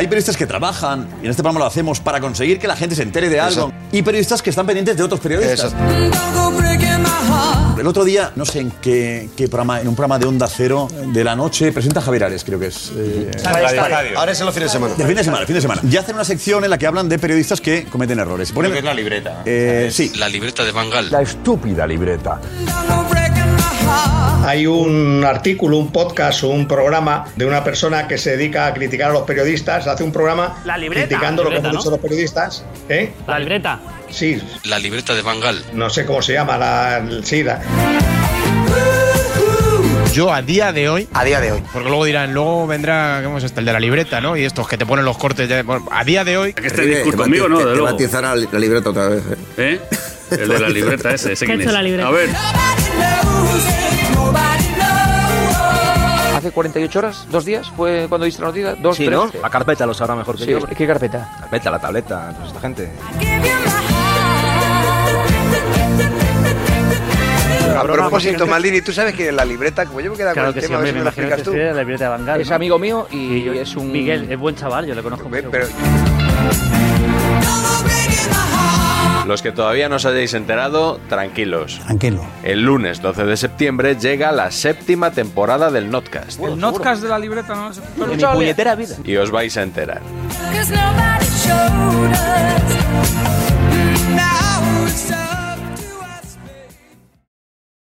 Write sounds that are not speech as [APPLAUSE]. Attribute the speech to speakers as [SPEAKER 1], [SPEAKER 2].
[SPEAKER 1] periodistas que trabajan, y en este programa lo hacemos, para conseguir que la gente se entere de algo. Y periodistas que están pendientes de otros periodistas. El otro día, no sé en qué, qué programa, en un programa de Onda Cero de la noche, presenta Javier Ares, creo que es. eh,
[SPEAKER 2] Ahora es en los fines de semana.
[SPEAKER 1] de fin de semana, fin de semana. Y hacen una sección en la que hablan de periodistas que cometen errores. Y ponen-
[SPEAKER 3] Creo que es la libreta.
[SPEAKER 1] eh, sí,
[SPEAKER 4] La libreta de Bangal.
[SPEAKER 5] La estúpida libreta.
[SPEAKER 6] Hay un artículo, un podcast o un programa de una persona que se dedica a criticar a los periodistas, hace un programa
[SPEAKER 7] La libreta,
[SPEAKER 6] criticando
[SPEAKER 7] la libreta,
[SPEAKER 6] lo que han
[SPEAKER 7] ¿no?
[SPEAKER 6] dicho los periodistas, ¿eh?
[SPEAKER 7] La libreta.
[SPEAKER 6] Sí,
[SPEAKER 4] La libreta de Bangal.
[SPEAKER 6] no sé cómo se llama la sí, la-
[SPEAKER 8] Yo a día de hoy, ah,
[SPEAKER 2] A día de hoy.
[SPEAKER 8] porque luego dirán, luego vendrá, ¿cómo es este? El de la libreta, ¿no? Y estos que te ponen los cortes. ya- bueno, a día de hoy,
[SPEAKER 9] Que este discurso conmigo, ¿no?
[SPEAKER 2] Te,
[SPEAKER 9] De
[SPEAKER 2] te
[SPEAKER 9] luego.
[SPEAKER 2] batizará la libreta otra vez.
[SPEAKER 9] ¿Eh?
[SPEAKER 2] eh.
[SPEAKER 9] El de la libreta ese. ese
[SPEAKER 7] [LAUGHS] ¿Qué ha
[SPEAKER 9] quién
[SPEAKER 7] hecho
[SPEAKER 9] es?
[SPEAKER 7] la libreta?
[SPEAKER 9] A ver.
[SPEAKER 5] Hace 48 horas, dos días, fue cuando diste la noticia. Dos, tres.
[SPEAKER 10] La carpeta lo sabrá mejor que
[SPEAKER 5] Sí,
[SPEAKER 10] yo.
[SPEAKER 5] ¿Qué carpeta?
[SPEAKER 10] Carpeta, la tableta, toda esta gente.
[SPEAKER 2] A propósito, Maldini, tú sabes que la libreta, como yo me quedaba
[SPEAKER 7] Claro
[SPEAKER 2] con
[SPEAKER 7] que
[SPEAKER 2] el
[SPEAKER 7] sí,
[SPEAKER 2] tema, a ver
[SPEAKER 7] hombre,
[SPEAKER 2] si me
[SPEAKER 7] me
[SPEAKER 2] lo
[SPEAKER 7] imagino que
[SPEAKER 2] explicas tú.
[SPEAKER 7] sí, la libreta de Bangal.
[SPEAKER 5] Es amigo mío y
[SPEAKER 7] Y yo-
[SPEAKER 5] es un.
[SPEAKER 7] Miguel, es buen chaval, yo le conozco.
[SPEAKER 2] Ve,
[SPEAKER 7] mucho.
[SPEAKER 2] Pero
[SPEAKER 11] Los que todavía no os hayáis enterado, tranquilos.
[SPEAKER 10] Tranquilo.
[SPEAKER 11] El lunes 12 de septiembre llega la séptima temporada del Notcast.
[SPEAKER 10] El notcast de la libreta, ¿no? De mi puñetera vida.
[SPEAKER 11] Y os vais a enterar.